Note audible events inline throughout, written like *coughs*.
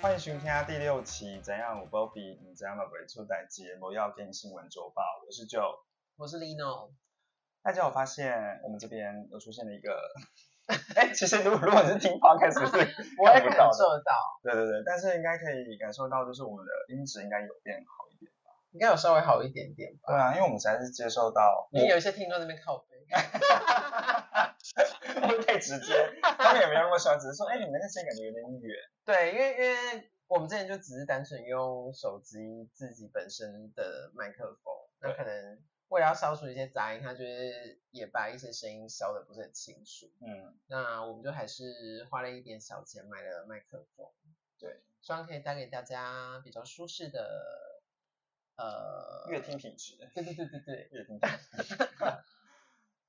欢迎收听第六期《怎样我 Bobby》，你怎样我鬼出代节目要跟新闻周报，我是 Joe。我是 Lino，大家有发现我们这边有出现了一个， *laughs* 哎，其实如果如果你是听 podcast 不是我也看不感到的，受到，对对对，但是应该可以感受到，就是我们的音质应该有变好一点。应该有稍微好一点点吧。对啊，因为我们实在是接受 *laughs* 到，因为有一些听众在那边靠背，我们太直接，他们也没有那么喜欢，只是说，哎，你们那声音感觉有点远。对，因为因为我们之前就只是单纯用手机自己本身的麦克风，那对可能为了要消除一些杂音，它就是也把一些声音消的不是很清楚。嗯，那我们就还是花了一点小钱买了麦克风，对，希望可以带给大家比较舒适的，呃，乐听品质，对对对对对，乐听品 *laughs* 质。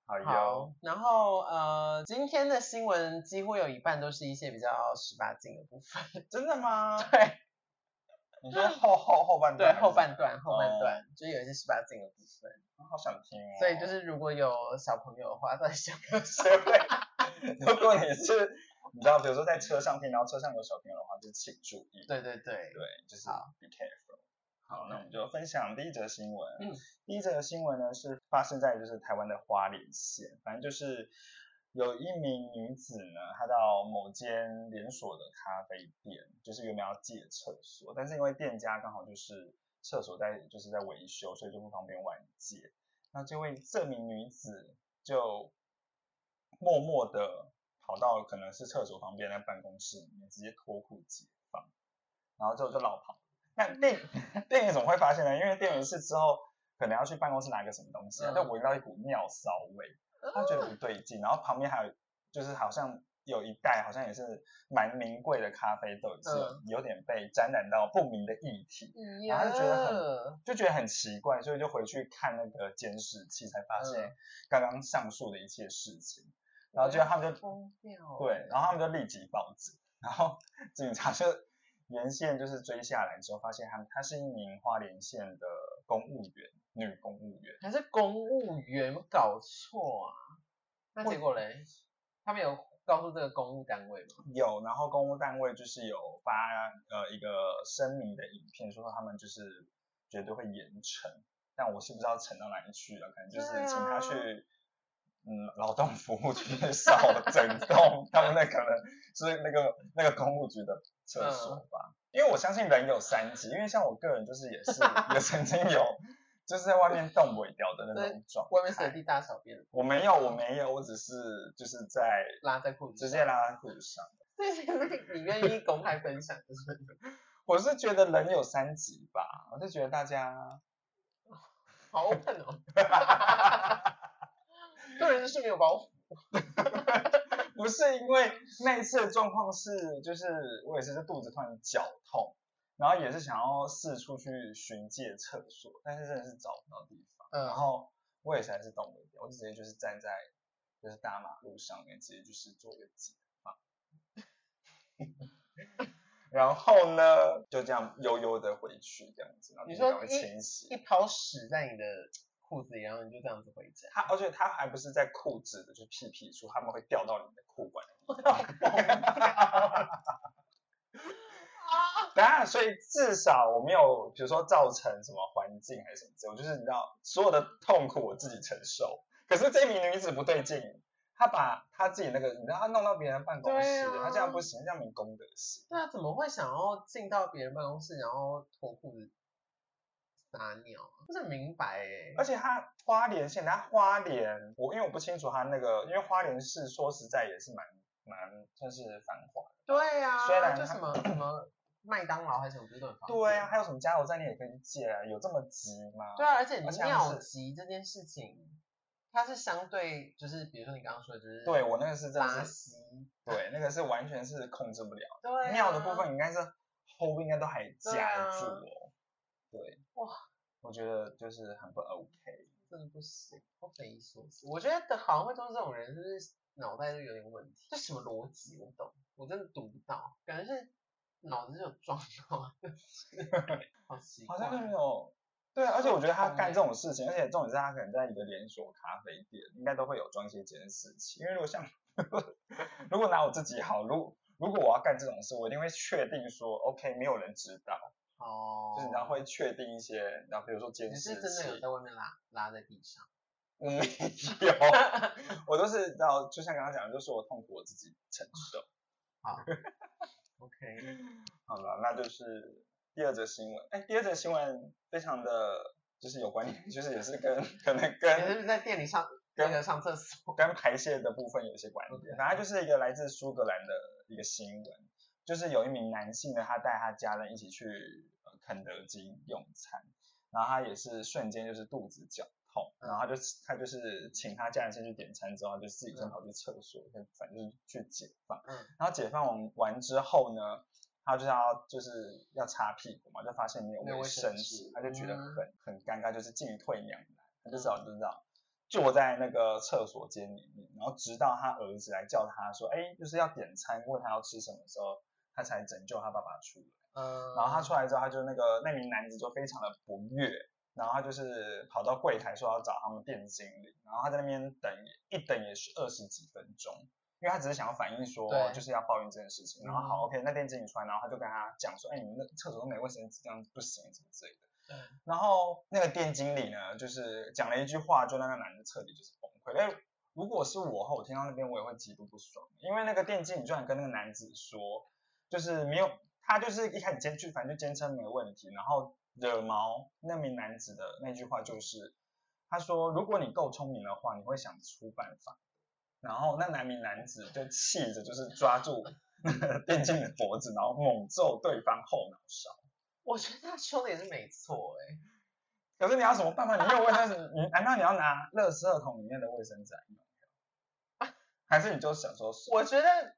好哦哟，好，然后呃，今天的新闻几乎有一半都是一些比较十八禁的部分，真的吗？对你说后后后半段对，还是，后半段后哦半段、就是有一些十八禁的部分，好想听哦。所以 *laughs* 就是如果有小朋友的话，到底想不想？谁会？ *laughs* 如果你是你知道，比如说在车上听到车上有小朋友的话，就请注意。对对对，对，就是好 be careful。好，那我们嗯就分享第一则新闻。嗯，第一则新闻呢是发生在就是台湾的花莲县，反正就是有一名女子呢，她到某间连锁的咖啡店，就是原本要借厕所，但是因为店家刚好就是厕所在就是在维修，所以就不方便外借。那这位这名女子就默默的跑到可能是厕所旁边的办公室里面，直接脱裤解放，然后之后就绕跑。那店店员怎么会发现呢？因为店员是之后可能要去办公室拿个什么东西，他啊就嗯闻到一股尿骚味，他觉得不对劲，然后旁边还有就是好像有一袋好像也是蛮名贵的咖啡豆，是嗯有点被沾染到不明的液体，然后就觉得很得就觉得很奇怪，所以就回去看那个监视器，才发现嗯啊刚刚上述的一切事情，然后就他们就疯掉，对，然后他们就立即报警，然后 *laughs* 警察就沿线就是追下来之后，发现他她是一名花莲县的公务员，女公务员。还是公务员有没有搞错啊？那结果嘞，他们有告诉这个公务单位吗？有，然后公务单位就是有发呃一个声明的影片，说他们就是绝对会严惩，但我是不知道惩到哪里去了，可能就是对请他啊去、嗯劳动服务局去扫整栋 *laughs* 他们那可能是那个那个公务局的厕所嗯吧，因为我相信人有三级，因为像我个人就是也 *laughs* 是也曾经有就是在外面动尾掉的那对种状态，外面随地大小便，我没有我没有，我只是就是在拉在裤子，直接。拉在裤子上。 *laughs* 这是你愿意公开分享的是不是？我是觉得人有三级吧，我是觉得大家好 open 哦，做人就是没有包袱。不是因为那一次的状况是，就是我也是肚子突然绞痛，然后也是想要四处去寻借厕所，但是真的是找不到地方，嗯然后我也实在是动不了，我直接就是站在就是大马路上面，直接就是做个解放， *laughs* 然后呢就这样悠悠的回去这样子，然后你就是说赶快一清洗一泡屎在你的裤子里，然后你就这样子回家。它而且它还不是在裤子的，就是屁屁处，他们会掉到你的裤管。啊， *laughs* 当然，所以至少我没有，比如说造成什么环境还是什么之类，我就是你知道所有的痛苦我自己承受。可是这名女子不对劲，她把她自己那个，你知道她弄到别人办公室，对啊她这样不行，这样没公德心。对啊，怎么会想要进到别人办公室，然后脱裤子撒尿啊？不是很明白哎、而且她花莲县，她花莲，我因为我不清楚她那个，因为花莲市说实在也是蛮蛮算是繁华的。对虽然啊，就他什么什么麦当劳还是什么，不是都很方便？对啊，还有什么加油站你也可以借啊，有这么急吗？对啊，而且而且他们尿是急这件事情，它是相对就是，比如说你刚刚说的，就是对我那个是真拉的是，稀，对，那个是完全是控制不了。对、啊尿的部分，应该是后面应该都还夹住对啊哦。对，哇，我觉得就是很不 OK。真的不行，不匪夷所思。我觉得好像会都是这种人，就是脑袋就有点问题，这什么逻辑我不懂，我真的读不到，感觉是脑子是有撞到啊， *laughs* 好奇怪好。像就没有。对，啊而且我觉得他懂干欸这种事情，而且重点是他可能在一个连锁咖啡 *laughs* 店，应该都会有装一些监视器。因为如果像如果拿我自己好，如如果我要干这种事，我一定会确定说，OK，没有人知道，哦，就是然后会确定一些，然后比如说监你视是真的有器，在外面拉拉在地上， *laughs* 我没有， *laughs* 我都是然后就像刚刚讲的，就是我痛苦我自己承受。好 *laughs* ，OK，好了，那就是第二则新闻。哎，第二则新闻非常的就是有关联，就是也是跟可能也跟是在店里上那个上厕所，跟排泄的部分有一些关联。反正就是一个来自苏格兰的一个新闻，就是有一名男性呢，他带他家人一起去呃肯德基用餐，然后他也是瞬间就是肚子绞痛，然后他就他就是请他家人先去点餐之后，他就自己先嗯跑去厕所，先反正就是去解放。嗯然后解放完完之后呢，他就是要就是要擦屁股嘛，就发现没有没有卫卫生生纸纸，他就觉得嗯很、很尴尬，就是进退两难，他就只好就这样坐在那个厕所间里面，然后直到他儿子来叫他说，哎，就是要点餐，问他要吃什么的时候，他才拯救他爸爸出来。嗯，然后他出来之后，他就那个那名男子就非常的不悦，然后他就是跑到柜台说要找他们店经理，然后他在那边等也一等也是二十几分钟，因为他只是想要反映说对就是要抱怨这件事情，然后嗯好 OK 那店经理出来，然后他就跟他讲说，哎你们那厕所都没卫生纸，这样不行什么之类的。对然后那个店经理呢，就是讲了一句话，就让那个男的彻底就是崩溃。哎，如果是我的话，我听到那边我也会极度不爽，因为那个店经理居然跟那个男子说，就是没有，他就是一开始坚拒，反正就坚称没问题，然后惹毛那名男子的那句话就是，他说如果你够聪明的话，你会想出办法。然后那男名男子就气着，就是抓住 *laughs* 电竞的脖子，然后猛揍对方后脑 *laughs* 勺。我觉得他说的也是没错哎、可是你要什么办法？你没有卫生纸，你 *laughs* 难道你要拿垃圾桶里面的卫生纸来弄掉？还是你就想说，我觉得，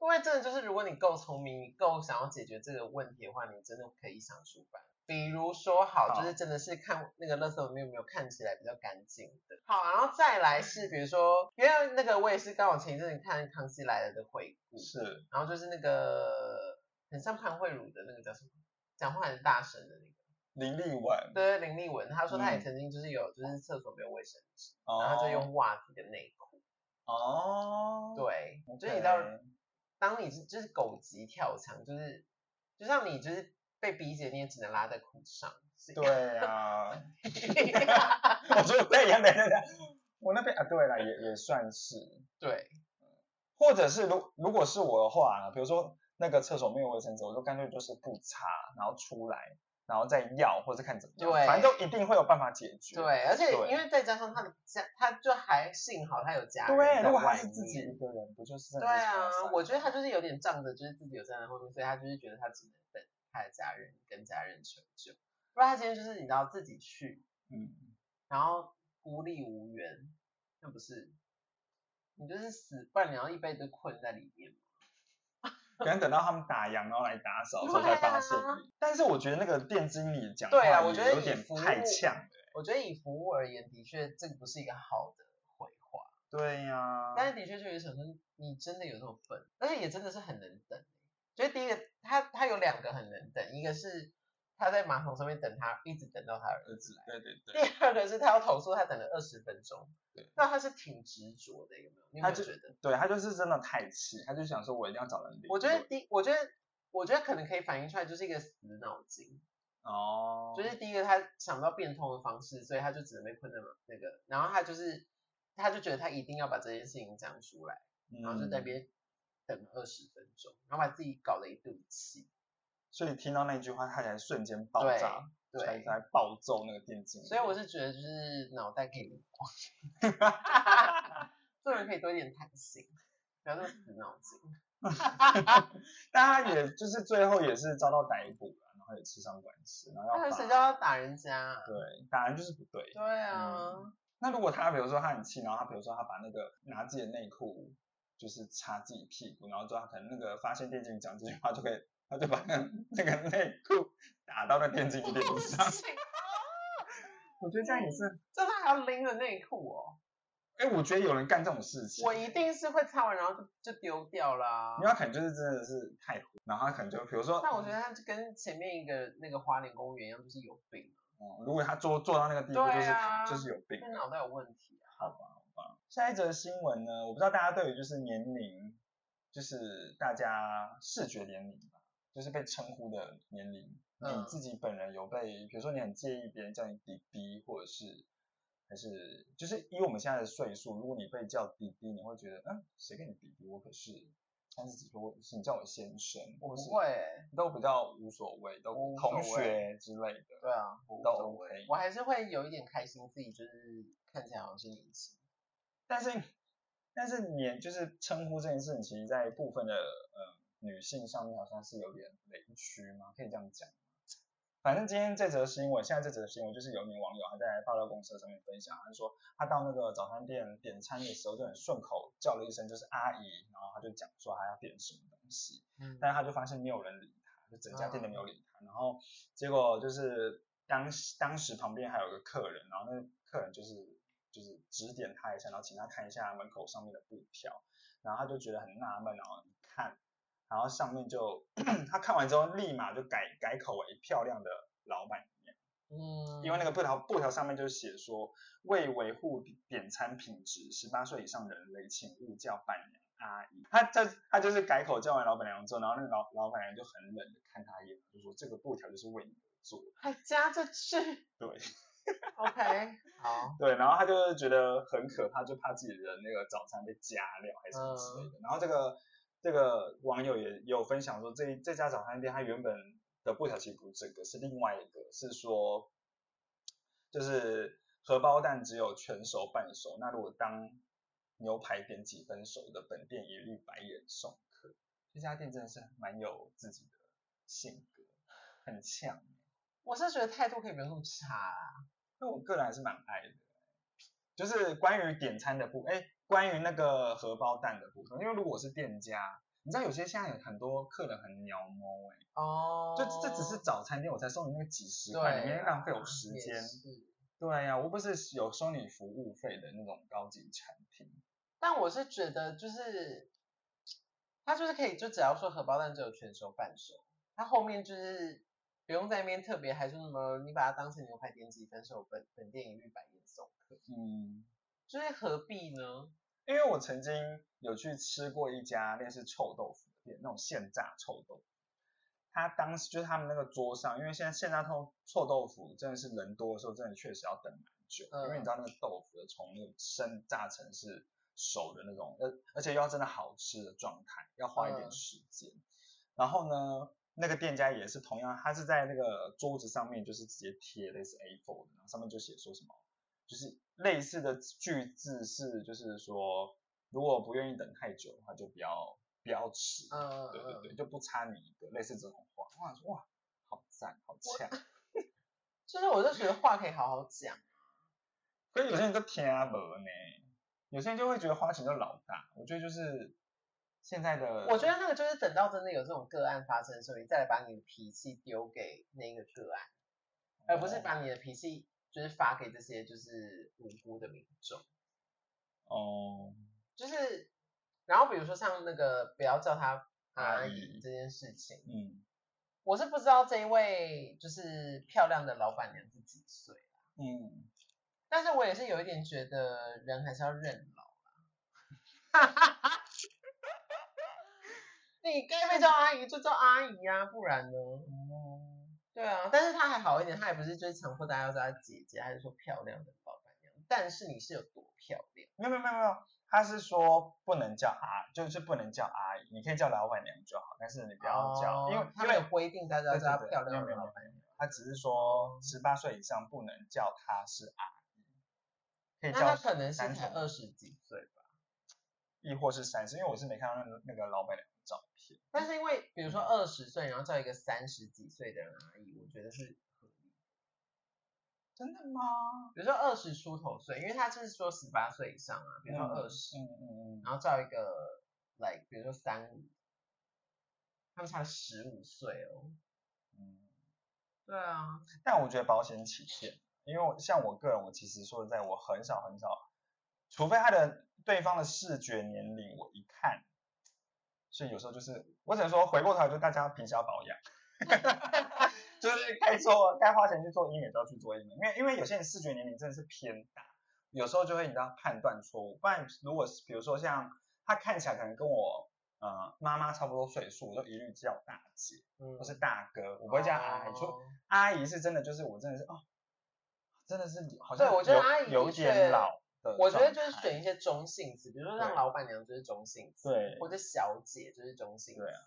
因为真的就是如果你够聪明，你够想要解决这个问题的话，你真的可以想出办法。比如说好，好就是真的是看那个垃圾有没有没有看起来比较干净的。好，然后再来是比如说，因为那个我也是刚好前一阵子看《康熙来了》的回顾，是然后就是那个很像潘慧茹的那个叫什么，讲话很大声的那个，林立文？对林立文，她说她也嗯曾经就是有就是厕所没有卫生纸，哦然后就用袜子跟内裤，哦，对， OK，就你知道当你是就是狗急跳墙，就是就像你就是被逼着，你也只能拉在裤上。是一样对 *laughs* 啊， *laughs* 的我说对呀，对对对，我那边啊，对了，也也算是，对，或者是如如果是我的话，比如说那个厕所没有卫生纸，我就干脆就是不擦，然后出来，然后再要，或者看怎么样，对反正都一定会有办法解决。对，而且对因为再加上他的家，他就还幸好他有家人对，在如果他外是自己面。一个人，不就是真对的是超啊惨？，我觉得他就是有点仗着就是自己有站在后面，所以他就是觉得他只能等他的家人跟家人求救。不然他今天就是你知道自己去，嗯，然后孤立无援，那不是你就是死，不然你要一辈子困在里面。可能等到他们打烊，然后来打扫之后才发现对啊你。但是我觉得那个店经理讲对啊话我觉也得有以点服太务呛了。我觉得以服务而言，的确这个不是一个好的回话，对呀，但是的确就有想说，你真的有那么笨，而且也真的是很能等。欸所以第一个，他他有两个很能等，一个是他在马桶上面等他，一直等到他儿子来；对对对，第二个是他要投诉，他等了二十分钟对。那他是挺执着的，有没有？你有没他有就觉得？对他就是真的太气，他就想说我一定要找人理论。我觉得第，我觉得，我觉得可能可以反映出来，就是一个死脑筋。哦，就是第一个他想不到变通的方式，所以他就只能被困在那个，然后他就是他就觉得他一定要把这件事情讲出来，然后就在嗯那边等二十分钟，然后把自己搞得一肚子气，所以听到那句话，他才瞬间爆对炸，才对，才暴揍那个电竞。所以我是觉得就是脑袋可以灵光， *laughs* 做人可以多一点弹性，不要那么死脑筋。 *laughs* 但他也就是最后也是遭到逮捕了，然后也吃上官司，然后但要是哎谁罚叫他打人家啊？对，当然就是不对。对啊，那如果他比如说他很气，然后他比如说他把那个拿自己的内裤就是擦自己屁股，然后之后他可能那个发现电竞讲这句话就可以，他就把那个那个内裤打到那电竞脸不行上。我觉得这样也是，这他还要拎着内裤哦，哎、我觉得有人干这种事情，我一定是会擦完然后就就丢掉啦。因为他可能就是真的是太火，然后他可能就比如说，但我觉得他就跟前面一个那个花莲公园一样，就是有病，哦，如果他做做到那个地步，对就是、啊就是有病他。脑袋有问题啊。好吧，好吧。下一则新闻呢，我不知道大家对于就是年龄就是大家视觉年龄嘛，就是被称呼的年龄。你嗯自己本人有被，比如说你很介意别人叫你弟弟，或者是还是就是以我们现在的岁数，如果你被叫弟弟，你会觉得，嗯，谁跟你弟弟？我可是三十几岁，我你叫我先生，我或不是会欸、都比较无所谓，都我无同所谓学之类的，对啊，我无都所谓 OK 我还是会有一点开心，自己就是看起来好像是年轻。但是但是年就是称呼这件事情，其实在部分的呃女性上面好像是有点雷区嘛，可以这样讲吗。反正今天这则新闻，现在这则新闻就是有一名网友他在爆料公社上面分享，他说他到那个早餐店点餐的时候就很顺口叫了一声就是阿姨，然后他就讲说他要点什么东西，嗯但是他就发现没有人理他，就整家店都没有理他。然后结果就是当时当时旁边还有个客人，然后那个客人就是就是指点他一下，然后请他看一下门口上面的布条，然后他就觉得很纳闷，然后一看，然后上面就 *clears throat* 他看完之后立马就改改口为漂亮的老板娘。嗯，因为那个布条布条上面就写说，为维护点餐品质，十八岁以上人类请勿叫伴娘阿姨。他这他就是改口叫完老板娘之后，然后那个老老板娘就很冷的看他一眼，就说这个布条就是为你而做。还加这句对 *laughs* ，OK，好，对，然后他就是觉得很可怕，就怕自己的那个早餐被加料还是什么之类的。然后这个这个网友也也有分享说，这这家早餐店它原本的布条其实不是这个，是另外一个，是说就是荷包蛋只有全熟半熟，那如果当牛排点几分熟的，本店一律白人送客。这家店真的是蛮有自己的性格，很强。我是觉得态度可以不用那么差啊。那我个人还是蛮爱的，就是关于点餐的部，哎，关于那个荷包蛋的部分，因为如果我是店家，你知道有些现在有很多客人很鸟摸、哎，哦，就这只是早餐店我才收你那个几十对啊块，你啦，还浪费我时嗯也间。是对啊呀、我又不是有收你服务费的那种高级产品。但我是觉得就是，他就是可以就只要说荷包蛋只有全熟半熟，他后面就是不用在那边特别还说什么你把它当成牛排点几分熟，本本店一律百元送客，嗯，就是何必呢？因为我曾经有去吃过一家类似臭豆腐店，那种现炸臭豆腐。他当时就是他们那个桌上，因为现在现炸臭臭豆腐真的是人多的时候，真的确实要等蛮久，因为你知道那个豆腐的从那个生炸成是熟的那种，而而且又要真的好吃的状态，要花一点嗯时间。然后呢，那个店家也是同样，他是在那个桌子上面就是直接贴类似 A4 的，然后上面就写说什么，就是类似的句子是就是说，如果不愿意等太久的话，就不要不要吃。嗯，对对嗯对，就不差你一个，类似这种话，哇哇，好赞，好呛。就是我就觉得话可以好好讲，可是有些人就听不呢，有些人就会觉得花钱就老大，我觉得就是现在的，我觉得那个就是等到真的有这种个案发生的时候，你再来把你的脾气丢给那个个案，而不是把你的脾气就是发给这些就是无辜的民众。哦，就是，然后比如说像那个不要叫他阿阿姨姨这件事情，嗯我是不知道这一位就是漂亮的老板娘是几岁，嗯，但是我也是有一点觉得人还是要认老啦。 *laughs* 你该被叫阿姨就叫阿姨啊，不然呢？哦，对啊，但是她还好一点，她也不是就是强迫大家要叫她姐姐，她就说漂亮的老板娘，但是你是有多漂亮？没有没有没有没有，他是说不能叫阿，就是不能叫阿姨，你可以叫老板娘就好，但是你不要叫，因为哦他因们为有规定大家要对对叫她对漂没有亮没的有老没有板娘。他只是说十八岁以上不能叫她是阿姨，可以那叫他可能是单才纯二十几岁吧，亦或是三十，因为我是没看到那个那个老板娘的照片。但是因为比如说二十岁，然后叫一个三十几岁的人阿姨，我觉得是合理。真的吗？比如说二十出头岁，因为他就是说十八岁以上啊，比如说嗯二十、嗯嗯嗯，然后叫一个 like 比如说三五，他们差十五岁哦。嗯。对啊，但我觉得保险起见，因为我像我个人，我其实说实在，我很少很少，除非他的对方的视觉年龄我一看，所以有时候就是我只能说回过头来就大家平时要保养。 *laughs* 就是该做该花钱去做医美就要去做医美，因为因为有些人视觉年龄真的是偏大，有时候就会你知道判断错误。不然如果是比如说像他看起来可能跟我呃妈妈差不多岁数，我都一律叫大姐嗯或是大哥，我不会叫阿姨。说哦阿姨是真的，就是我真的是哦，真的是好对像我觉得有阿姨有的点确老的状态，我觉得就是选一些中性词，比如说像对老板娘就是中性词，对或者小姐就是中性词。对啊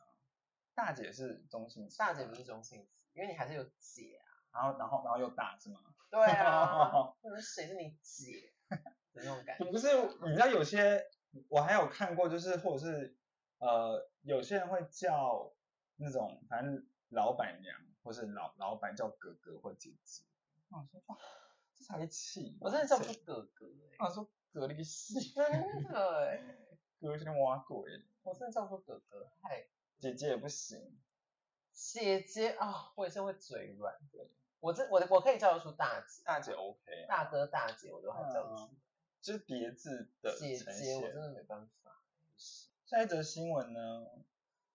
大姐是中性词，大姐不是中性词，因为你还是有姐啊。然后然后然后又大是吗？对 *laughs* 啊，或者是谁是你姐的那种感觉。不是，你知道有些我还有看过，就是或者是呃，有些人会叫那种反正老板娘或是老老板叫哥哥或姐姐，我想说哇，这才气，我真的叫不出哥哥我想说哥了个屁，哎、真的哎、哥是挖鬼，我真的叫不出哥哥。嗨，姐姐也不行，姐姐啊、我也是会嘴软的。我这我的我可以叫得出大姐、大姐 OK 啊，大哥、大姐，我都还叫得出。就是叠字的姐呈姐，我现真。的没办法。下一则新闻呢，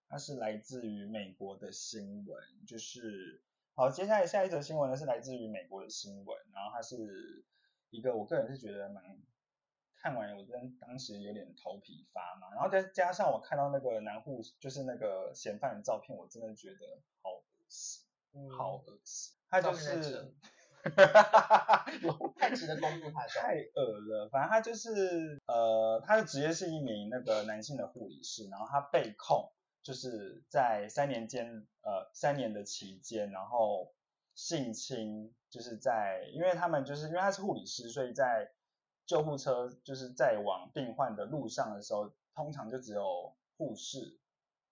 它是来自于美国的新闻，就是好，接下来下一则新闻呢是来自于美国的新闻，然后它是一个我个人是觉得蛮看完我真当时有点头皮发麻，然后再加上我看到那个男护就是那个嫌犯的照片，我真的觉得好恶心，嗯好，恶心，他就照片在是这 *laughs* 太值得公布他的照片太恶了。反正他就是呃，他的职业是一名那个男性的护理师，然后他被控就是在三年间呃三年的期间，然后性侵，就是在因为他们就是因为他是护理师，所以在救护车就是在往病患的路上的时候，通常就只有护士，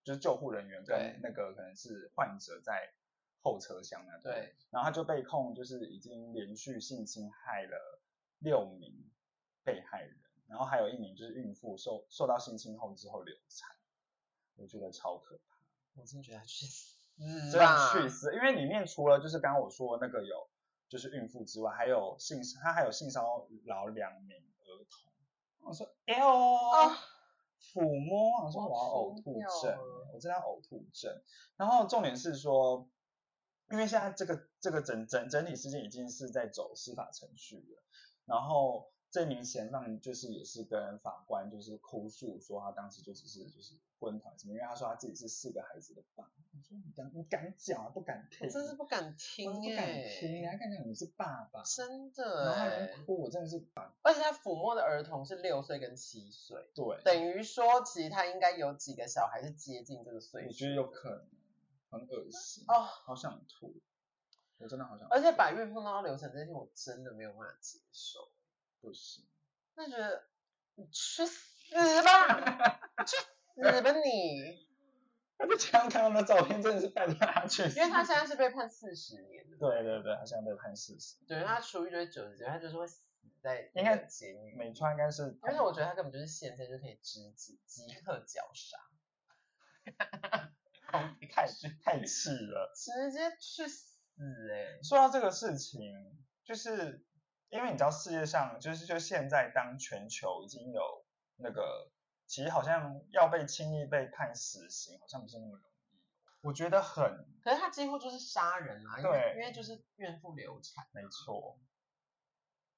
就是救护人员对跟那个可能是患者在后车厢那边。对，然后他就被控就是已经连续性侵害了六名被害人，然后还有一名就是孕妇受受到性侵后之后流产，我觉得超可怕，我真的觉得他去 *laughs* 死吧，真的去死！因为里面除了就是刚刚我说的那个有就是孕妇之外，还有性他还有性骚扰两名儿童，我说哎呦。啊！抚摸，我说哇我要呕疯吐掉症了，我真的要呕吐症。然后重点是说，因为现在这个这个整整整体事件已经是在走司法程序了，然后这名嫌犯就是也是跟法官就是哭诉说他当时就只是就是婚团什么，因为他说他自己是四个孩子的爸。我说你敢你敢讲啊，不敢听，我哦真是不敢我真听不哎、敢听，啊你还敢讲你是爸爸？真然的后哎、他在那边哭，我真的是而且他抚摸的儿童是六岁跟七岁，对，等于说其实他应该有几个小孩是接近这个岁我数觉得有可能，很恶心，哦。好想吐，我真的好想吐。而且把孕妇弄到流产这件事，我真的没有办法接受。不行， *laughs* 那觉得你去死吧，你去死吧你！他在墙看到那照片，真的是拜托他去死。因为他现在是被判四十年的，对对对，他现在被判四十，等于他出狱就是九十九，他就是会死在应该那个监狱。美川应该是，而且我觉得他根本就是现在就可以知己即刻绞杀，太太气了。直接去死哎、说到这个事情，就是因为你知道世界上，就是就现在当全球已经有那个，其实好像要被轻易被判死刑，好像不是那么容易。我觉得很可是他几乎就是杀人啊，因为对因为就是孕妇流产，没错，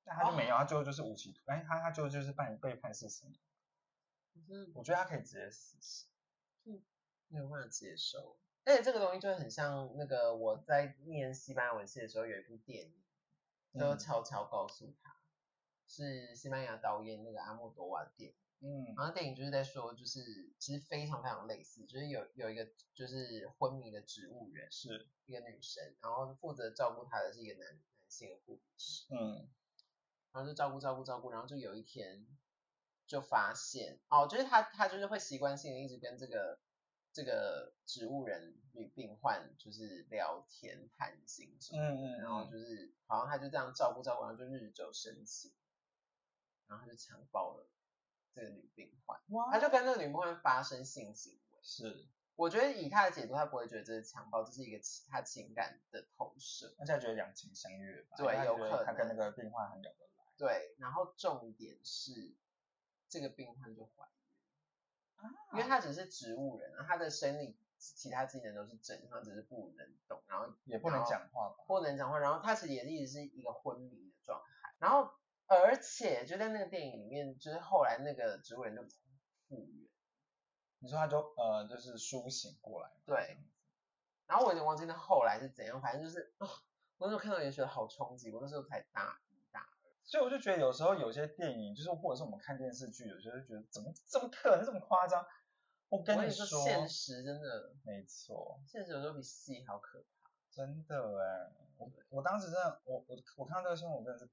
但他就没有，哦他最后就是无期徒，哎，他他最后就是判被判四十年，我真的我觉得他可以直接死刑。没有办法接受。而且这个东西就很像那个我在念西班牙文系的时候有一部电影，嗯就悄悄告诉他，是西班牙导演那个阿莫多瓦的电影。嗯然后电影就是在说，就是其实非常非常类似，就是有有一个就是昏迷的植物人，是，一个女生，然后负责照顾她的是一个男男性的护理师，嗯然后就照顾照顾照顾，然后就有一天就发现哦，就是他他就是会习惯性的一直跟这个这个植物人女病患就是聊天谈心什么的，嗯嗯，然后就是好像他就这样照顾照顾，然后就日久生情，然后他就强暴了这个女病患，哇他就跟这个女病患发生性行为。是，我觉得以他的解读，他不会觉得这是强暴，这是一个其他情感的投射。而且他觉得两情相悦吧，对因为他有觉得可他跟那个能病患很聊得来对，然后重点是这个病患就怀啊孕，因为他只是植物人，他的生理其他机能都是正常，只是不能动，然后也不能然后讲话吧？不能讲话，然后他其实也一直是一个昏迷的状态，然后而且就在那个电影里面，就是后来那个植物人就复原，你说他就呃就是苏醒过来嘛，对这样子，然后我有点忘记那后来是怎样，反正就是啊、我那时候看到也觉得好冲击，我那时候才大一大二，所以我就觉得有时候有些电影，就是或者是我们看电视剧，有时候就觉得怎么这么可能这么夸张？我跟我你也说说，现实真的，没错，现实有时候比戏还要可怕。真的哎，我我当时真的，我我我看到这个新闻，我真的是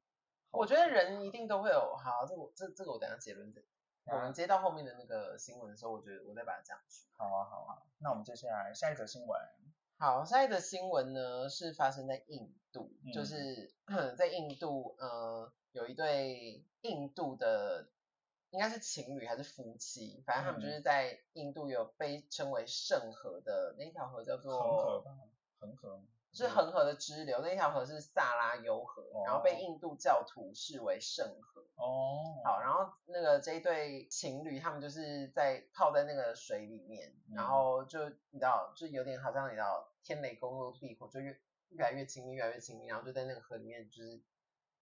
好，我觉得人一定都会有，好，这个我这这个我等一下结论这，我啊们接到后面的那个新闻的时候，我觉得我再把它讲出来。好啊好啊，那我们接下来下一则新闻，好，下一则新闻呢是发生在印度，就嗯是 *clears throat* 在印度，呃，有一对印度的应该是情侣还是夫妻，反正他们就嗯是在印度有被称为圣河的那一条河叫恒河嗯做吧，恒河是恒河的支流，那一条河是萨拉尤河，然后哦被印度教徒视为圣河。哦，好，然后那个这一对情侣，他们就是在泡在那个水里面，然嗯后就你知道，就有点好像你知道天雷勾动地火，就越越来越亲密，越来越亲密，然后就在那个河里面就是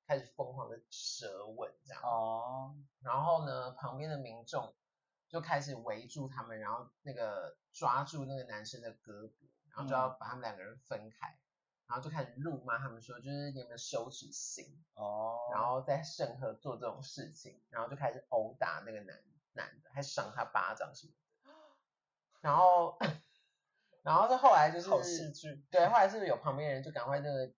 开始疯狂的舌吻这样。哦，然后呢，旁边的民众就开始围住他们，然后那个抓住那个男生的胳膊，然后就要把他们两个人分开，然后就开始辱骂他们说，就是你有没有羞耻心？哦，然后在圣河做这种事情，然后就开始殴打那个男男的，还赏他巴掌什么的。然后，然后是后来就是好戏剧，对，后来是不是有旁边人就赶快那个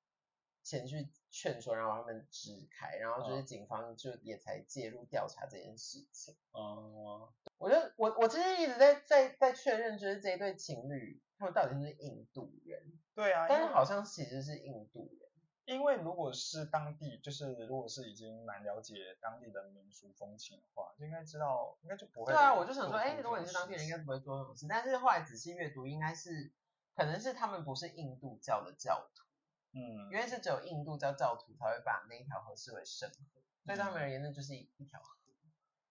前去劝说，然后把他们支开，然后就是嗯警方就也才介入调查这件事情。哦，我就我我其实一直在在在确认，就是这一对情侣他们到底是不是印度人，对啊，因但为是好像其实是印度人。因为如果是当地，就是如果是已经蛮了解当地的民俗风情的话，就应该知道，应该就不会。对啊，我就想说，哎、如果你是当地人，应该不会做这种事。但是后来仔细阅读，应该是可能是他们不是印度教的教徒，嗯，因为是只有印度教教徒才会把那一条河视为圣河，嗯对他们而言那就是一一条河，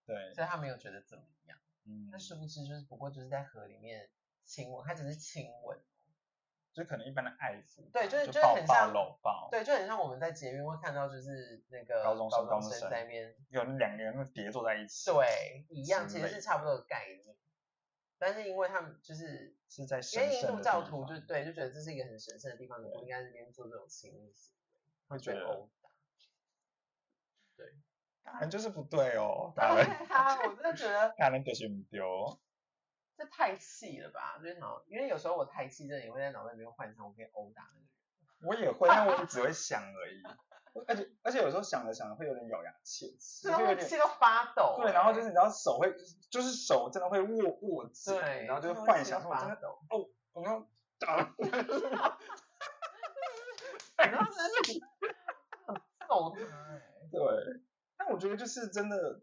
对，所以他没有觉得怎么样。嗯那，殊不知就是不过就是在河里面亲吻，他只是亲吻，就可能一般的爱抚吧，对就是就就是抱很抱像搂抱，，哦对，就很像我们在捷运会看到就是那个高中生高高中生生在那边有那两个人会叠坐在一起，，对一样，之其实类是差不多的概念，但是因为他们就是是在因神为印圣度的教地徒方就对就觉得这是一个很神圣的地方，你不应该在那边做这种亲密行会为，觉被得殴打。当然就是不对哦，当 *laughs* 然对啊，我真的觉得当然就是不哦丢，这太气了吧！就是脑，因为有时候我太气，真的也会在脑袋里面幻想我可以殴打那个人。我也会，但我只会想而 *laughs* 已，而且而且有时候想着想着会有点咬牙切齿，所会以有我点气到发抖欸。对，然后就是你知道手会，就是手真的会握握紧，对，然后就真的会会幻气想到说我真发的抖。 *laughs* 哦，我刚刚打了，然后 *laughs* 真的是揍他欸。对。但我觉得就是真的，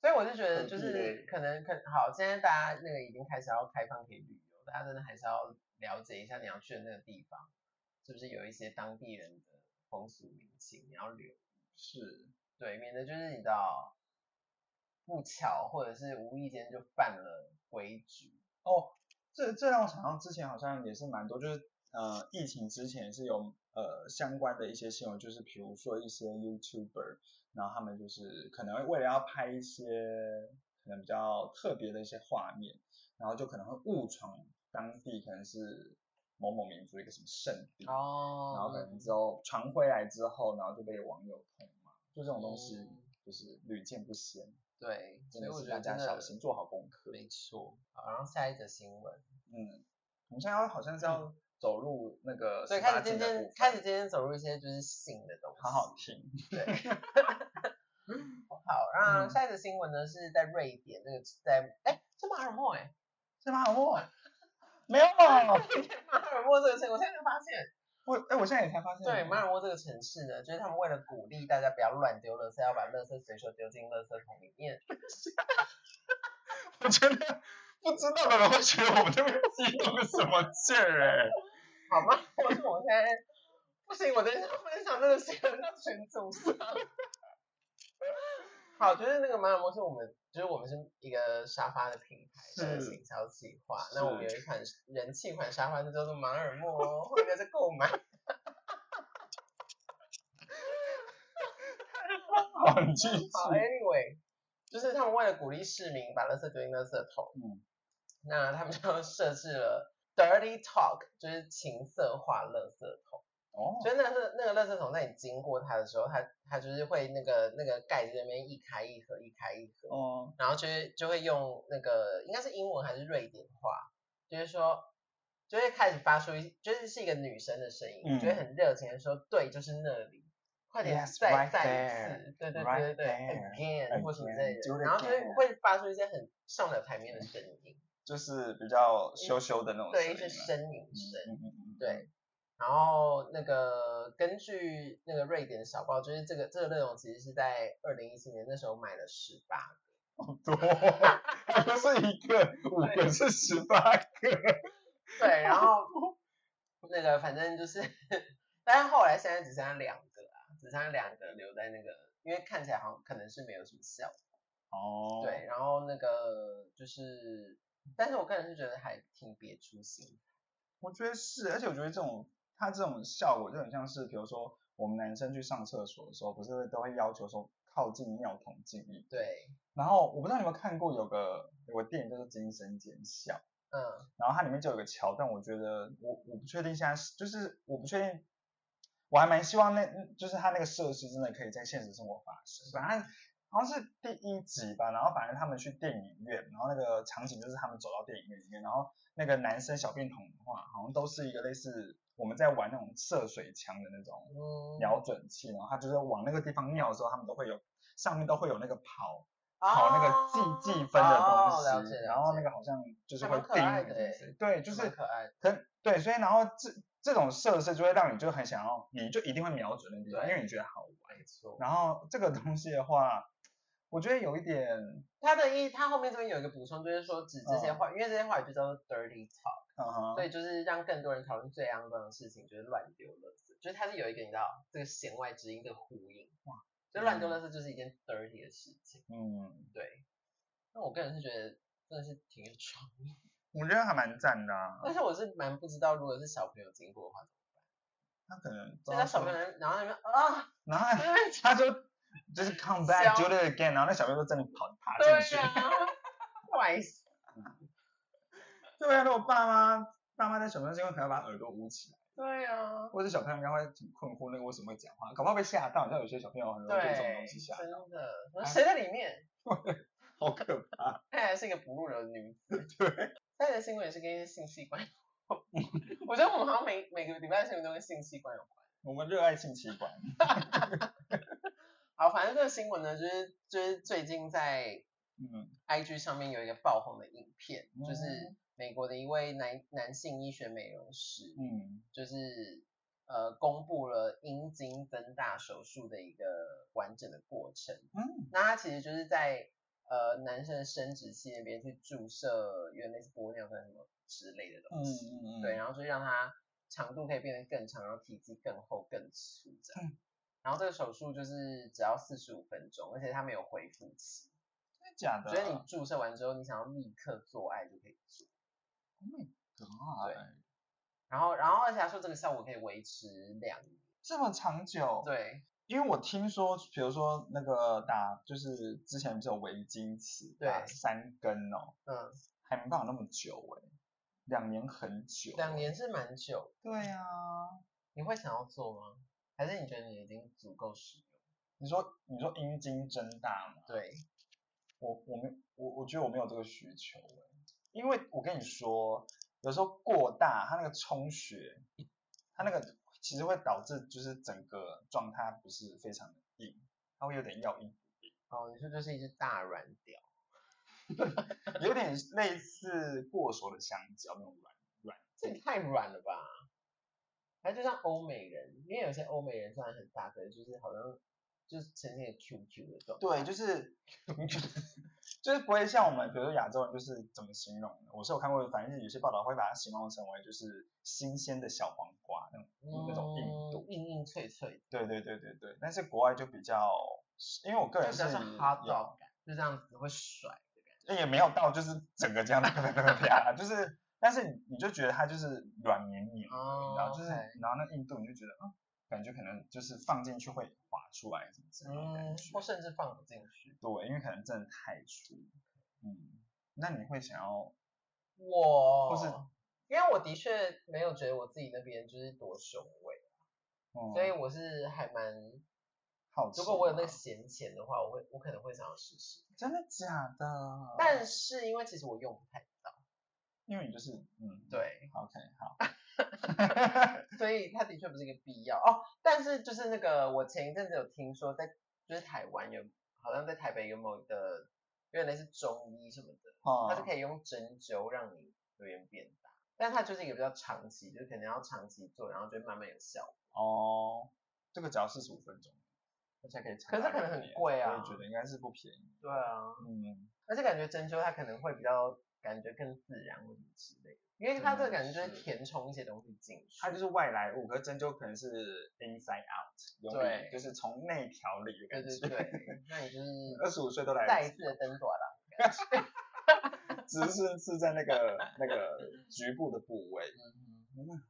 所以我就觉得很就地是雷可能可好，现在大家那个已经开始要开放可以旅游，大家真的还是要了解一下你要去的那个地方是不是有一些当地人的风俗民情，你要留是对，免得就是你知道不巧或者是无意间就犯了规矩，这这让我想到之前好像也是蛮多，就是呃疫情之前是有呃相关的一些新闻，就是比如说一些 YouTuber，然后他们就是可能会为了要拍一些可能比较特别的一些画面，然后就可能会误闯当地可能是某某民族的一个什么圣地，哦然后可能之后传回来之后，然后就被网友痛骂，就这种东西嗯就是屡见不鲜，对，真所以的我是觉得大家真的小心做好功课。没错。好，然后下一则新闻，嗯，我们现在要好像是要走入那个嗯所以18开始禁渐的渐部开分始渐渐走入一些就是性的东西，好好听，好，那嗯下一则新闻呢是在瑞典，那个在哎是马尔默哎，是马尔 *laughs* 默，没有吧？马尔默这个城，我现在才发现，我哎，我现在也才发现，对马尔默这个城市呢，就是他们为了鼓励大家不要乱丢垃圾，要把垃圾随手丢进垃圾桶里面。我觉得不知道的人会觉得我们这边激动个什么劲儿哎，好吗？我是我现在不行，我等一下分享这个新闻到群组上。好，就是那个马尔默是我们，就是我们是一个沙发的品牌是的行销计划。那我们是有一款人气款沙发，就叫做马尔默哦，欢迎大家购买。好，你继续，好，anyway，就是他们为了鼓励市民把垃圾丢进垃圾桶，嗯，那他们就设置了 dirty talk，就是情色化垃圾桶。哦，所以那个那个垃圾桶在你经过它的时候，它它就是会那个那个盖子那边一开一合，一开一合，哦，然后就会就会用那个应该是英文还是瑞典话，就是说就会开始发出一就是是一个女生的声音，嗯就会很热情的说对，就是那里，快点 Yes, 再 right 再一次，对对对对 right 对 there, ，again 或什么之类 again, do 的， it 然后就会 again 会发出一些很上不了台面的声音，就是比较羞羞的那种声对，一些音啊。呻吟嗯声。嗯嗯嗯，对，然后那个根据那个瑞典的小报，就是这个这个内容其实是在二零一七年那时候买了十八个，好多，哦还不是一个，五个是十八个。对，*laughs* 然后那个反正就是，但是后来现在只剩下两个啊，只剩下两个留在那个，因为看起来好像可能是没有什么效果，哦，对，然后那个就是，但是我个人是觉得还挺别出心裁我觉得是，而且我觉得这种它这种效果就很像是，比如说我们男生去上厕所的时候，不是会都会要求说靠近尿桶近一点。对，然后我不知道你有没有看过有个有个电影叫做《惊声尖笑》，嗯，然后它里面就有个桥段，我觉得我我不确定现在是就是我不确定，我还蛮希望那嗯就是它那个设施真的可以在现实生活发生。反正好像是第一集吧，然后反正他们去电影院，然后那个场景就是他们走到电影院里面，然后那个男生小便桶的话，好像都是一个类似我们在玩那种射水枪的那种嗯瞄准器，然后他就是往那个地方尿的时候，他们都会有上面都会有那个跑跑那好个计计分的东西，哦、了解了解然后那个好像就是还会蛮可定爱那的个东欸西，对，就是蛮可爱的，可对，所以然后这这种设施就会让你就很想要，你就一定会瞄准那地方，对因为你觉得好玩。没错。然后这个东西的话， *laughs* 我觉得有一点，他的意，他后面这边有一个补充，就是说指这些话，因为这些话语就叫做 dirty talk，、嗯哼所，以就是让更多人讨论最肮脏的事情，就是乱丢垃圾，就是它是有一个你知道这个弦外之音的呼应，哇，就乱丢垃圾就是一件 dirty 的事情，嗯，对。那我个人是觉得真的是挺有创意，我觉得还蛮赞的、啊。但是我是蛮不知道，如果是小朋友经过的话，他可能不知所以道他小朋说友然后那边啊，然后在他那边讲他就就是 come back 笑 do it again，然后那小朋友就真的跑爬对啊进去。呀、 *laughs* 坏死，对啊，如果爸妈爸妈在小朋友这边可能要把耳朵捂起来，对啊呀、或者小朋友应该会挺困惑，那个为什么会讲话，搞不好被吓到。你知道有些小朋友很容易被这种对，东西吓到，啊真的，谁在里面？好可怕。看起来是一个不入流的女子。 *laughs* 对，大家的新闻也是跟一些性器官有关。 *laughs* 我觉得我们好像每每个礼拜的新闻都跟性器官有关。我们热爱性器官。好，反正这个新闻呢，就是就是最近在嗯 IG 上面有一个爆红的影片，嗯就是美国的一位男男性医学美容师，嗯，就是呃公布了阴茎增大手术的一个完整的过程。嗯，那他其实就是在呃男生的生殖器那边去注射，原来是玻尿酸什么之类的嗯东西。嗯嗯，对，，然后就让它长度可以变得更长，然后体积更厚更粗这样。然后这个手术就是只要四十五分钟，而且它没有恢复期，真的假的？所以你注射完之后，你想要立刻做爱就可以做。 Oh my god，然后，然后而且他说这个效果可以维持两年。这么长久？，对因为我听说，比如说那个打，就是之前不是有围巾尺，对打三根哦，嗯，还没办法那么久哎、两年很久，欸两，年是蛮久。对啊。你会想要做吗？还是你觉得你已经足够使用？你说你说阴茎增大吗？对，我我没我我觉得我没有这个需求欸因为我跟你说，有时候过大，它那个充血，它那个其实会导致就是整个状态不是非常的硬，它会有点要硬，哦，你说就是一只大软屌。有点类似过熟的香蕉那种软软这也太软了吧！还就像欧美人，因为有些欧美人虽然很大，可是就是好像就是呈现一个 QQ 的状态。对，就是 *laughs* 就是不会像我们，比如说亚洲人，就是怎么形容呢？我是有看过，反正有些报道会把它形容成为就是新鲜的小黄瓜那种那种硬度嗯。硬硬脆脆的，对对对对对，但是国外就比较，因为我个就人比是较像有哈道感，就这样子会甩的感觉。也没有到就是整个这 *laughs* 样啪啪啪啪啪，就是但是你你就觉得它就是软绵绵，哦然后就是 OK 然后那硬度你就觉得啊感觉可能就是放进去会滑出来什么之类的感嗯，觉。或甚至放不进去。对，因为可能真的太粗。嗯，那你会想要我或是因为我的确没有觉得我自己那边就是多雄伟，嗯，所以我是还蛮，好奇如果我有那个吗闲钱的话，我会我可能会想要试试。真的假的？但是因为其实我用不太到，因为你就是嗯，对， ，OK，好，所以它的确不是一个必要哦。但是就是那个我前一阵子有听说在就是台湾有好像在台北有某一个原来是中医什么的， *laughs* *laughs* 它是哦，可以用针灸让你有点变大，但它就是一个比较长期，就是可能要长期做，然后就会慢慢有效果。哦，这个只要四十五分钟，而且可以长可是达可能两很年贵啊我也觉得应该是不便宜。对啊，嗯，而且感觉针灸它可能会比较感觉更自然或者之类的，因为它这个感觉就是真的是填充一些东西进去。它就是外来物，可是针灸可能是 inside out，有对点就是从内调理的感对对觉。对，那 *laughs* 你就是二十五岁都来再一得次的登短了。及，只是是在那个那个局部的部位。嗯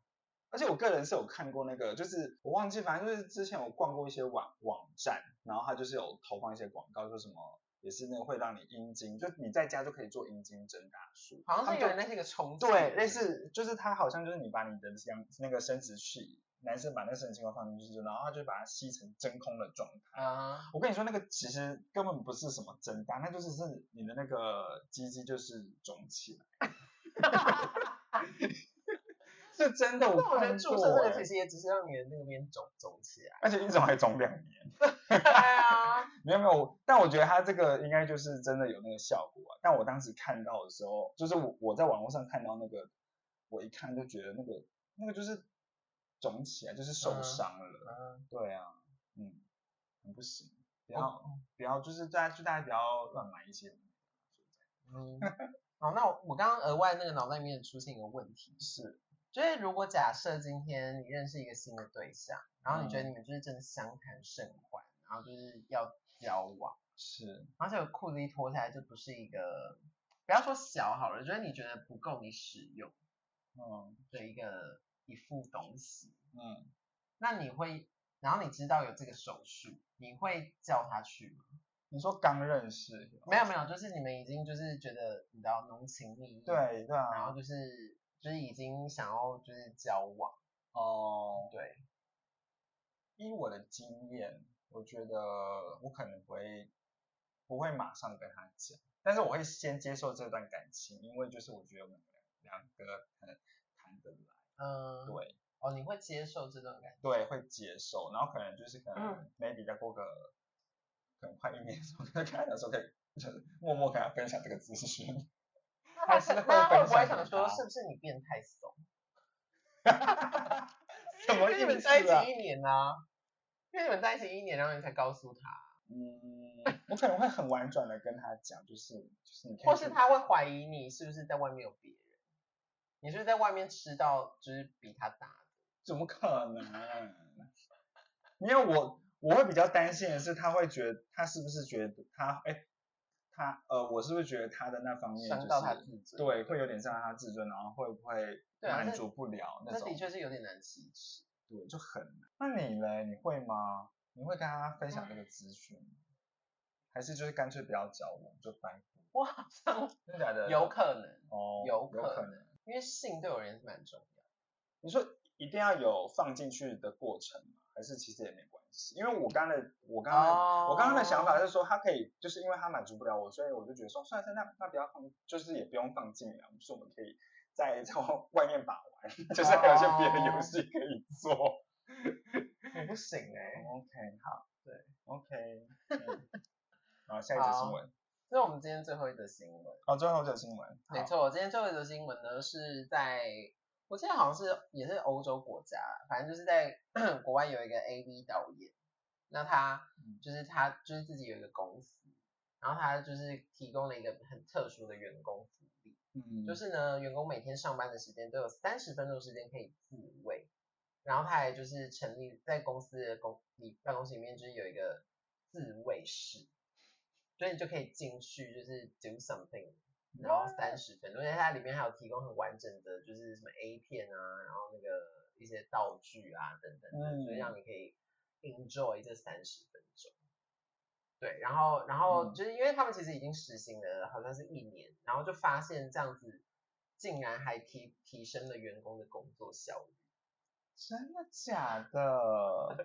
而且我个人是有看过那个，就是我忘记，反正就是之前我逛过一些网网站，然后它就是有投放一些广告，说什么也是那个会让你阴茎，就你在家就可以做阴茎增大术，好他像们是就有点类似一个充气对的类似，就是它好像就是你把你的阳那个生殖器，男生把那个生殖器官放进去，然后他就把它吸成真空的状态。啊，我跟你说，那个其实根本不是什么增大，那就是是你的那个鸡鸡就是肿起来。 *laughs* 是真的，我但我觉得看注射这过个欸其实也只是让你的那个边肿肿起来。而且一种还肿两年。对啊， *laughs* 没有没有，但我觉得它这个应该就是真的有那个效果啊。但我当时看到的时候，就是我我在网络上看到那个，我一看就觉得那个那个就是肿起来，就是受嗯伤了。嗯对啊，嗯，很不行，不要、哦不要，就是大家就大家不要乱买一些。嗯，好，那我我刚刚额外那个脑袋里面出现一个问题，是，就是如果假设今天你认识一个新的对象，然后你觉得你们就是真的相谈甚欢，然后就是要交往，是，而且裤子一脱下来就不是一个，不要说小好了，就是你觉得不够你使用嗯的一个一副东西，嗯，那你会，然后你知道有这个手术，你会叫他去吗？你说刚认识，没有没有，就是你们已经就是觉得你知道浓情蜜意，，对对然啊后，就是就是已经想要就是交往，哦，对，依我的经验，我觉得我可能不会不会马上跟他讲，但是我会先接受这段感情，因为就是我觉得我们两两个可能谈得来，嗯，对哦，你会接受这段感情？对，会接受，然后可能就是可能嗯 maybe 再过个可能快一年的时候，可能跟他讲说可以，就是默默跟他分享这个资讯， *laughs* 那还他是可会那他会不分会享想给说，他是不是你变 *laughs* 太怂？什么因为你意们思在一啊起一年呐、因为你们在一起一年，然后你才告诉他，嗯，我可能会很婉转的跟他讲，就是就是你可以或是去他会怀疑你是不是在外面有别人，你是不是在外面吃到就是比他大的？怎么可能？因为我我会比较担心的是，他会觉得他是不是觉得他哎、他呃，我是不是觉得他的那方面嗯就伤到他是自尊？对，会有点伤到他自尊，然后会不会对啊满这足不了那这种的？确是有点难启齿。对，就很难。那你嘞，你会吗？你会跟他分享这嗯个资讯吗，还是就是干脆不要交往就翻股？我好像真的假的？有可能，哦，有有可可能因为性对我而言是蛮重要的。你说一定要有放进去的过程吗？还是其实也没关系？因为我刚刚的我刚刚的、我刚刚的想法哦是说，他可以就是因为他满足不了我，所以我就觉得说，哦算了，那那不要放，就是也不用放进来，就是我们可以在在外面把玩， *laughs* 就是还有一些别的游戏可以做。哦我不行哎、 OK，好，对，OK，嗯， *laughs* 好，下一则新闻， *laughs* 这是我们今天最后一则新闻。哦，最后一则新闻，好没，错，今天最后一则新闻呢是在，我记得好像是也是欧洲国家，反正就是在 *coughs* 国外有一个 AV 导演，那他嗯就是他就是自己有一个公司，然后他就是提供了一个很特殊的员工福利，嗯，就是呢员工每天上班的时间都有三十分钟时间可以自慰，然后他还就是成立在公司的公里办公室里面就是有一个自慰室，所以你就可以进去就是 do something。然后三十分钟，而且它里面还有提供很完整的，就是什么 A 片啊，然后那个一些道具啊等等的，嗯就是让你可以 enjoy 这三十分钟。对，然后然后嗯就是因为他们其实已经实行了好像是一年，然后就发现这样子竟然还提提升了员工的工作效率。真的假 *laughs* 的？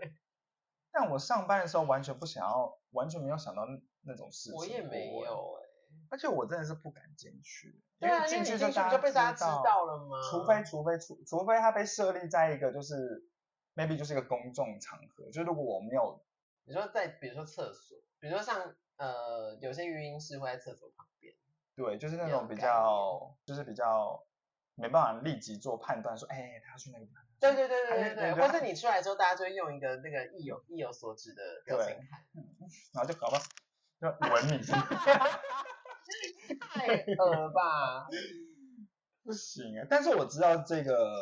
但我上班的时候完全不想要，完全没有想到那那种事情。我也没，有哎、而且我真的是不敢进去，对啊，因为进你进去去大不就被大家知道，道了吗？除非除非除除非它被设立在一个就是 maybe 就是一个公众场合，就如果我没有你说在比如说厕所，比如说像呃有些语音室会在厕所旁边，对，就是那没有种比概较就是比较没办法立即做判断说，哎，他要去那个地方，对对对还对是对对，对对或是你出来之后，大家就会用一个那个意有意有所指的表情看，然后就搞到就吻 *laughs* 你，太恶吧？不行啊！但是我知道这个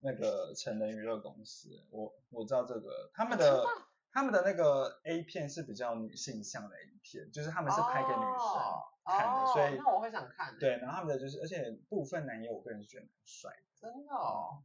那个成人娱乐公司，我我知道这个他们的他们的那个 A 片是比较女性向的 A 片，就是他们是拍给女生。哦 *laughs* 看的所以哦，那我会想看，，对，然后他们的就是，而且部分男友我个人是觉得蛮帅的，真的哦。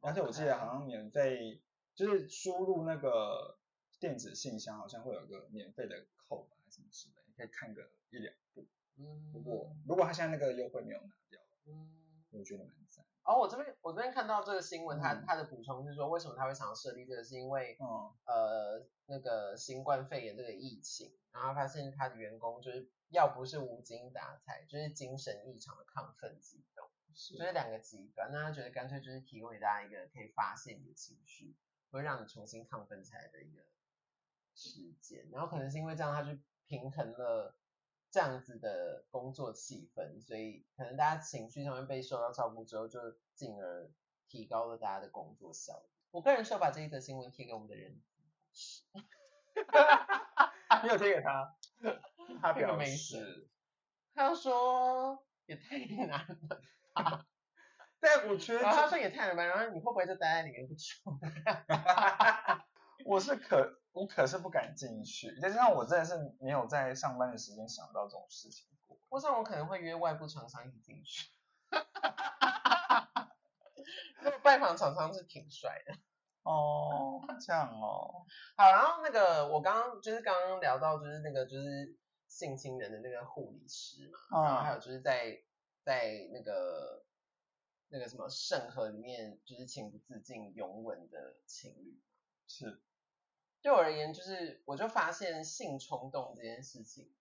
而且我记得好像免费，就是输入那个电子信箱，好像会有个免费的扣吧，还是什么之类，可以看个一两部。嗯，不过如果他现在那个优惠没有拿掉，嗯，我觉得蛮赞。哦，我这边我这边看到这个新闻，它嗯它的补充是说，为什么他会想要设立这个，是因为嗯，呃那个新冠肺炎这个疫情，然后发现他的员工就是要不是无精打采，就是精神异常的亢奋激动，是就是两个极端。那他觉得干脆就是提供给大家一个可以发泄你的情绪，会让你重新亢奋起来的一个时间。然后可能是因为这样，他去平衡了。这样子的工作气氛，所以可能大家情绪上面被受到照顾之后，就进而提高了大家的工作效率。我个人是要把这一则新闻贴给我们的人你啊有贴给他，他这个表没示。事。他说也太难了，但我觉得然后他这说也太难了，然后你会不会就待在里面不出？我是可我可是不敢进去，再加上我真的是没有在上班的时间想到这种事情过。我想我可能会约外部厂商一起进去。那我拜访厂商是挺帅的。哦，这样哦，好，然后那个我刚刚就是刚刚聊到就是那个就是性侵人的那个护理师嘛，嗯然后还啊有就是在在那个那个什么圣河里面就是情不自禁拥吻的情侣。是，对我而言，就是我就发现性冲动这件事情，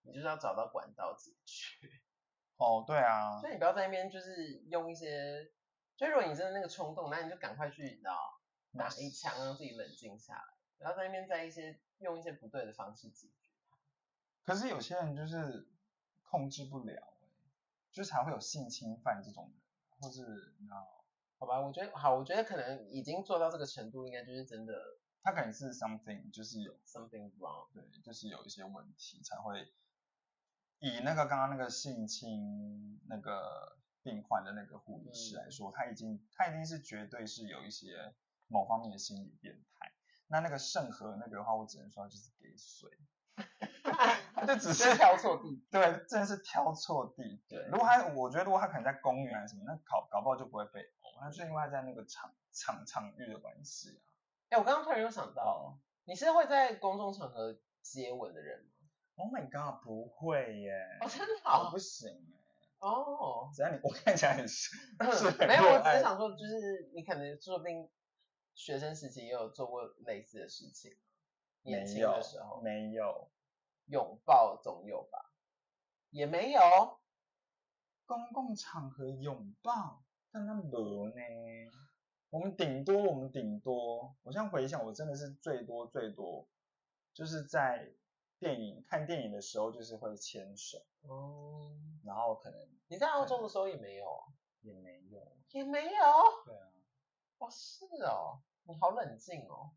你就是要找到管道解决，哦，对啊，所以你不要在那边就是用一些，就如果你真的那个冲动，那你就赶快去，你知道，打一枪让自己冷静下来，不要在那边在一些用一些不对的方式解决。可是有些人就是控制不了、欸就才会有性侵犯这种人，啊或是你知道，好吧，我觉得好，我觉得可能已经做到这个程度，应该就是真的他可能是 something，就是有 something wrong。对，就是有一些问题才会以那个刚刚那个性侵那个病患的那个护理师来说，他已经他已经是绝对是有一些某方面的心理变态。那那个圣和那个的话，我只能说他就是给水， *laughs* 他就只是是挑错地，对，真的是挑错地对点。如果他，我觉得如果他可能在公园啊还是什么，那搞搞不好就不会被殴，那是因为他在那个场场场域的关系啊。哎、我刚刚突然又想到，哦你是会在公众场合接吻的人吗？ ，Oh my god，不会耶，哦，真的我哦不行耶哦，只要你我看起来很是很呃 *laughs* 没有，我热只爱是想说，就是你可能说不定学生时期也有做过类似的事情，年没轻有的时候没有拥抱总有吧？也没有，公共场合拥抱，但那没呢。我们顶多我们顶多，我现在回想，我真的是最多最多就是在电影看电影的时候，就是会牵手，哦嗯，然后可能你在澳洲的时候也没有，啊也没有。也没有，对啊，哦，是哦，你好冷静哦，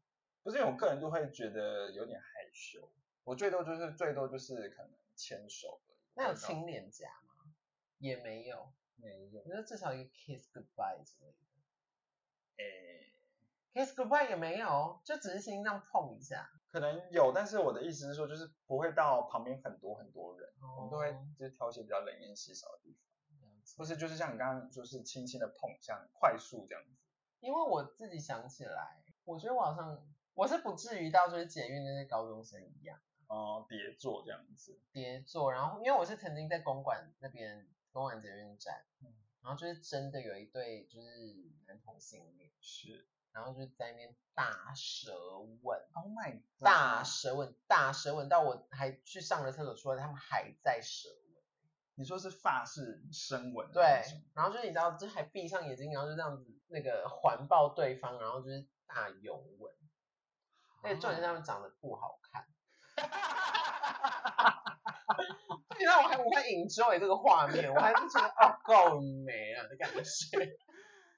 不是我个人就会觉得有点害羞，我最多就是最多就是可能牵手而已。那有我不知道亲脸颊吗？也没有，没有？我觉得至少一个 kiss goodbye 之类的诶、 ，kiss goodbye 也没有，哦就只是轻轻这样碰一下，可能有，但是我的意思是说，就是不会到旁边很多很多人，我们都会哦就是挑一些比较冷烟稀少的地方，了解或是就是像你刚刚就是轻轻的碰一下，很快速这样子，因为我自己想起来，我觉得我好像我是不至于到就是捷运那些高中生一样哦、叠坐这样子，跌坐，然后因为我是曾经在公馆那边公馆捷运站，嗯然后就是真的有一对就是男同性恋，是然后就在那边大舌吻。 ，Oh *laughs* my god，大舌吻，大舌吻到我还去上了厕所出来，他们还在舌吻。你说是法式深吻的对那种，然后就是你知道，就还闭上眼睛，然后就这样子那个环抱对方，然后就是大拥吻。而且重点是他们长得不好 *laughs* 看。你知道我还我还 enjoy 这个画面，我还是觉得啊够美啊的感 *laughs* 觉。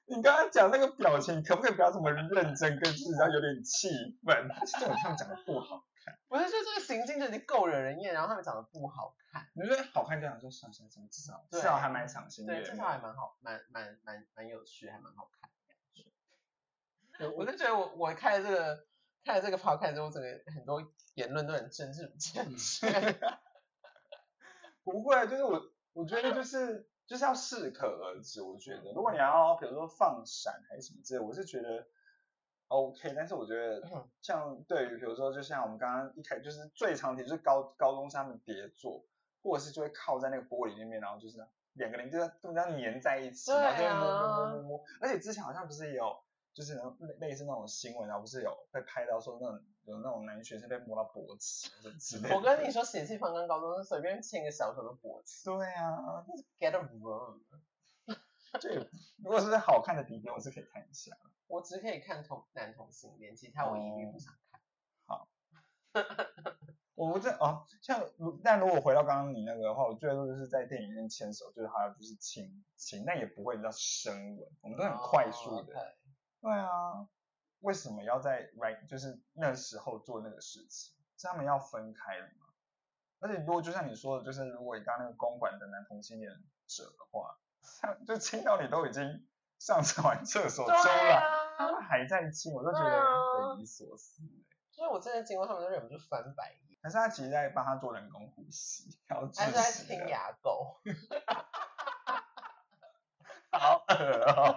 你刚刚讲那个表情，可不可以不要这么认真，跟自己要有点气愤？这种像讲的不好，我就觉得这个行径就已经够惹人厌，然后他们长得不好看，你觉得好看就想说算算算，至少对至少还蛮赏心悦对，目。至少还蛮好，蛮蛮蛮蛮有趣，还蛮好看的感 *laughs* 觉。我就觉得我我看了这个看了这个 podcast 之后，我整个很多言论都很政治不正确。不会，就是我我觉得就是就是要适可而止。我觉得如果你要比如说放闪还是什么之类，我是觉得 OK，但是我觉得嗯像对于比如说就像我们刚刚一开就是最常提就是高高中生他们叠坐，或者是就会靠在那个玻璃那边，然后就是两个人就在根本就要粘在一起，对啊然后就摸摸摸摸摸，而且之前好像不是也有。就是那种类类似那种新闻，然后不是有被拍到说那种有那种男学生被摸到脖子之类的。我跟你说，血气方刚高中生随便牵个小手都勃起对啊， *laughs* ，get a room。这也如果是好看的底片，我是可以看一下。我只可以看同男同性恋，其他我一律不想看。我不这哦，像如但如果回到刚刚你那个的话，我最多就是在电影院牵手，就是好像就是亲亲，但也不会比较深吻，我们都很快速的。哦，OK 对啊，为什么要在 right 就是那时候做那个事情？是他们要分开了吗？而且如果就像你说的，就是如果你当那个公馆的男同性恋者的话，像就亲到你都已经上完厕所出对来，他哦啊，们还在亲，我都觉得对啊很匪夷所思。所以我真的经过他们都忍不住翻白眼，可是他其实在帮他做人工呼吸，然后还是啊在窒息听了，牙垢。好恶哦。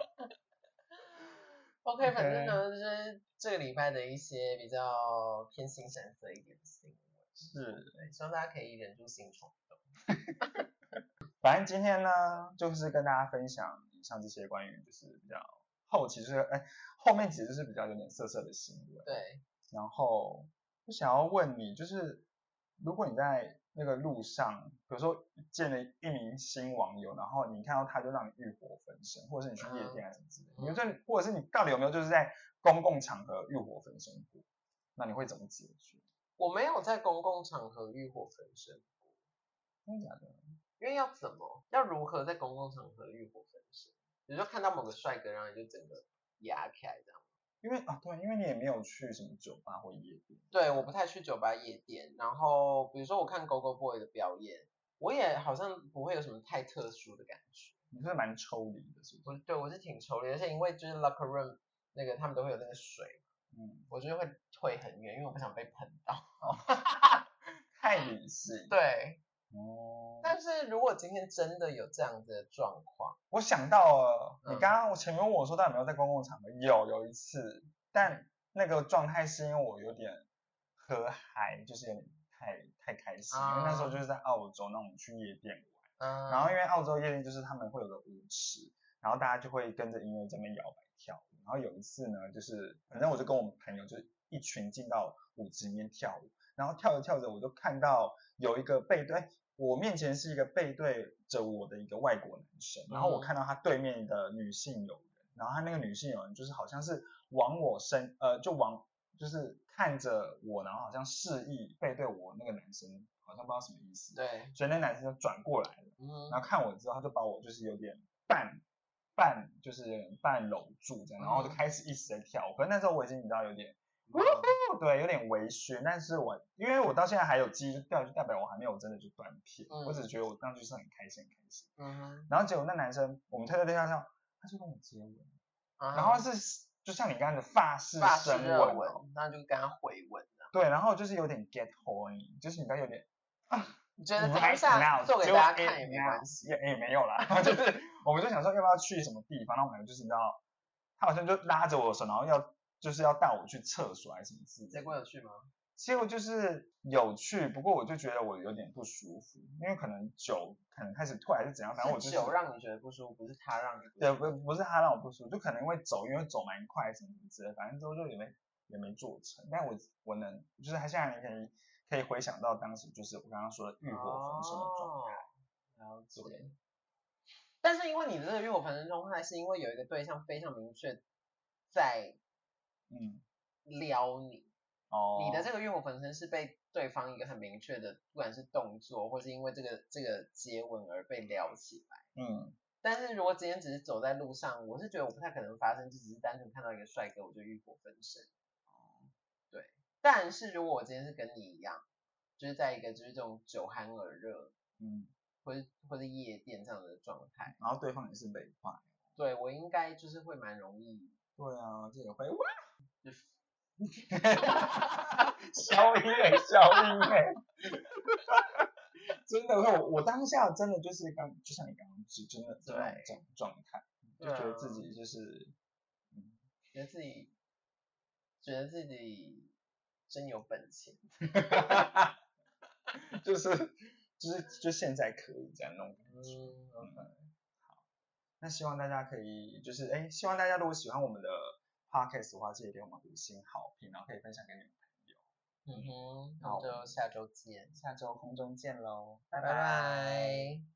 OK，反正呢，就是这个礼拜的一些比较偏新闪色一点的新闻，是，对，希望大家可以忍住心冲动。反正今天呢，就是跟大家分享以上这些关于就是比较后期就是哎后面其实就是比较有点色色的新闻。对，然后我想要问你，就是如果你在那个路上，比如说见了一名新网友，然后你看到他就让你欲火焚身，或者是你去夜店啊什么之类的，你嗯就或者是你到底有没有就是在公共场合欲火焚身过？那你会怎么解决？我没有在公共场合欲火焚身，真的假的？因为要怎么，要如何在公共场合欲火焚身？比如说看到某个帅哥，然后你就整个压起来这样。因为啊，对，因为你也没有去什么酒吧或夜店，对，我不太去酒吧夜店，然后比如说我看 Go Go Boy 的表演，我也好像不会有什么太特殊的感觉。你是蛮抽离的，是不是？我对我是挺抽离，而且因为就是 locker room 那个他们都会有那个水。嗯，我就会退很远，因为我不想被喷到。太理性。对，哦，但是如果今天真的有这样子的状况，我想到了，你嗯刚刚我前面问我说到底有没有在公共场合，有有一次，但那个状态是因为我有点喝嗨，就是有点太太开心，因为那时候就是在澳洲，那我们去夜店玩，嗯，然后因为澳洲夜店就是他们会有个舞池，然后大家就会跟着音乐这边摇摆跳舞，然后有一次呢，就是反正我就跟我们朋友就是一群进到舞池里面跳舞，然后跳着跳着我就看到有一个背对。我面前是一个背对着我的一个外国男生，然后我嗯看到他对面的女性友人，然后他那个女性友人就是好像是往我身，呃，就往就是看着我，然后好像示意背对我那个男生，好像不知道什么意思，对，所以那男生就转过来了，嗯然后看我之后，他就把我就是有点半半就是有点半搂住这样，然后就嗯开始一直在跳舞。可是那时候我已经你知道有点，嗯对，有点微醺，但是我因为我到现在还有记忆，就代就代表我还没有真的就断片，我只嗯觉得我当时是很开心很开心。嗯，然后结果那男生我们跳跳跳跳跳，他就跟我接吻，然然后是就像你刚刚的发式发式深热吻吻哦，，然后就跟他回吻，对，然后就是有点 get horny，就是你知道有点。你觉得 Right 当下 now，做给就哎嗯大家 it 看也没 now 关 *laughs* 系。也也没有啦，就是我们就想说要不要去什么地方，然后我们就是你知道，他好像就拉着我的手，然后要就是要带我去厕所还是什么之类的结。果有去吗？结果就是有趣，不过我就觉得我有点不舒服，因为可能酒可能开始吐还是怎样，反正我就是酒让你觉得不舒服，不是他让你不舒服对不不是他让我不舒服，就可能会走，因为走蛮快什么什么之类的，反正之后就也没也没做成。但我我能就是他现在你可以可以回想到当时就是我刚刚说的欲火焚身的状态，态。哦了解。但是因为你的这个欲火焚身状态，是因为有一个对象非常明确在嗯，撩你，哦，你的这个欲火焚身是被对方一个很明确的，不管是动作或是因为这个这个接吻而被撩起来。嗯但是如果今天只是走在路上，我是觉得我不太可能发生，就只是单纯看到一个帅哥我就欲火焚身。哦对。但是如果我今天是跟你一样，就是在一个就是这种酒酣耳热，嗯，或是或是夜店这样的状态，然后对方也是北派，对我应该就是会蛮容易对啊，这也会哇，就是 *laughs* 消音哎，消音哎，真的会，我我当下真的就是刚，就像你刚刚是真的真的对这种状态，就对啊觉得自己 *laughs* 就是，嗯 *laughs* 觉得自己觉得自己真有本钱。就是就是就现在可以这样弄。嗯那希望大家可以就是哎，希望大家如果喜欢我们的 podcast 的话，记得给我们五星好评，然后可以分享给你们朋友。嗯哼，那好我们就下周见，下周空中见喽，拜拜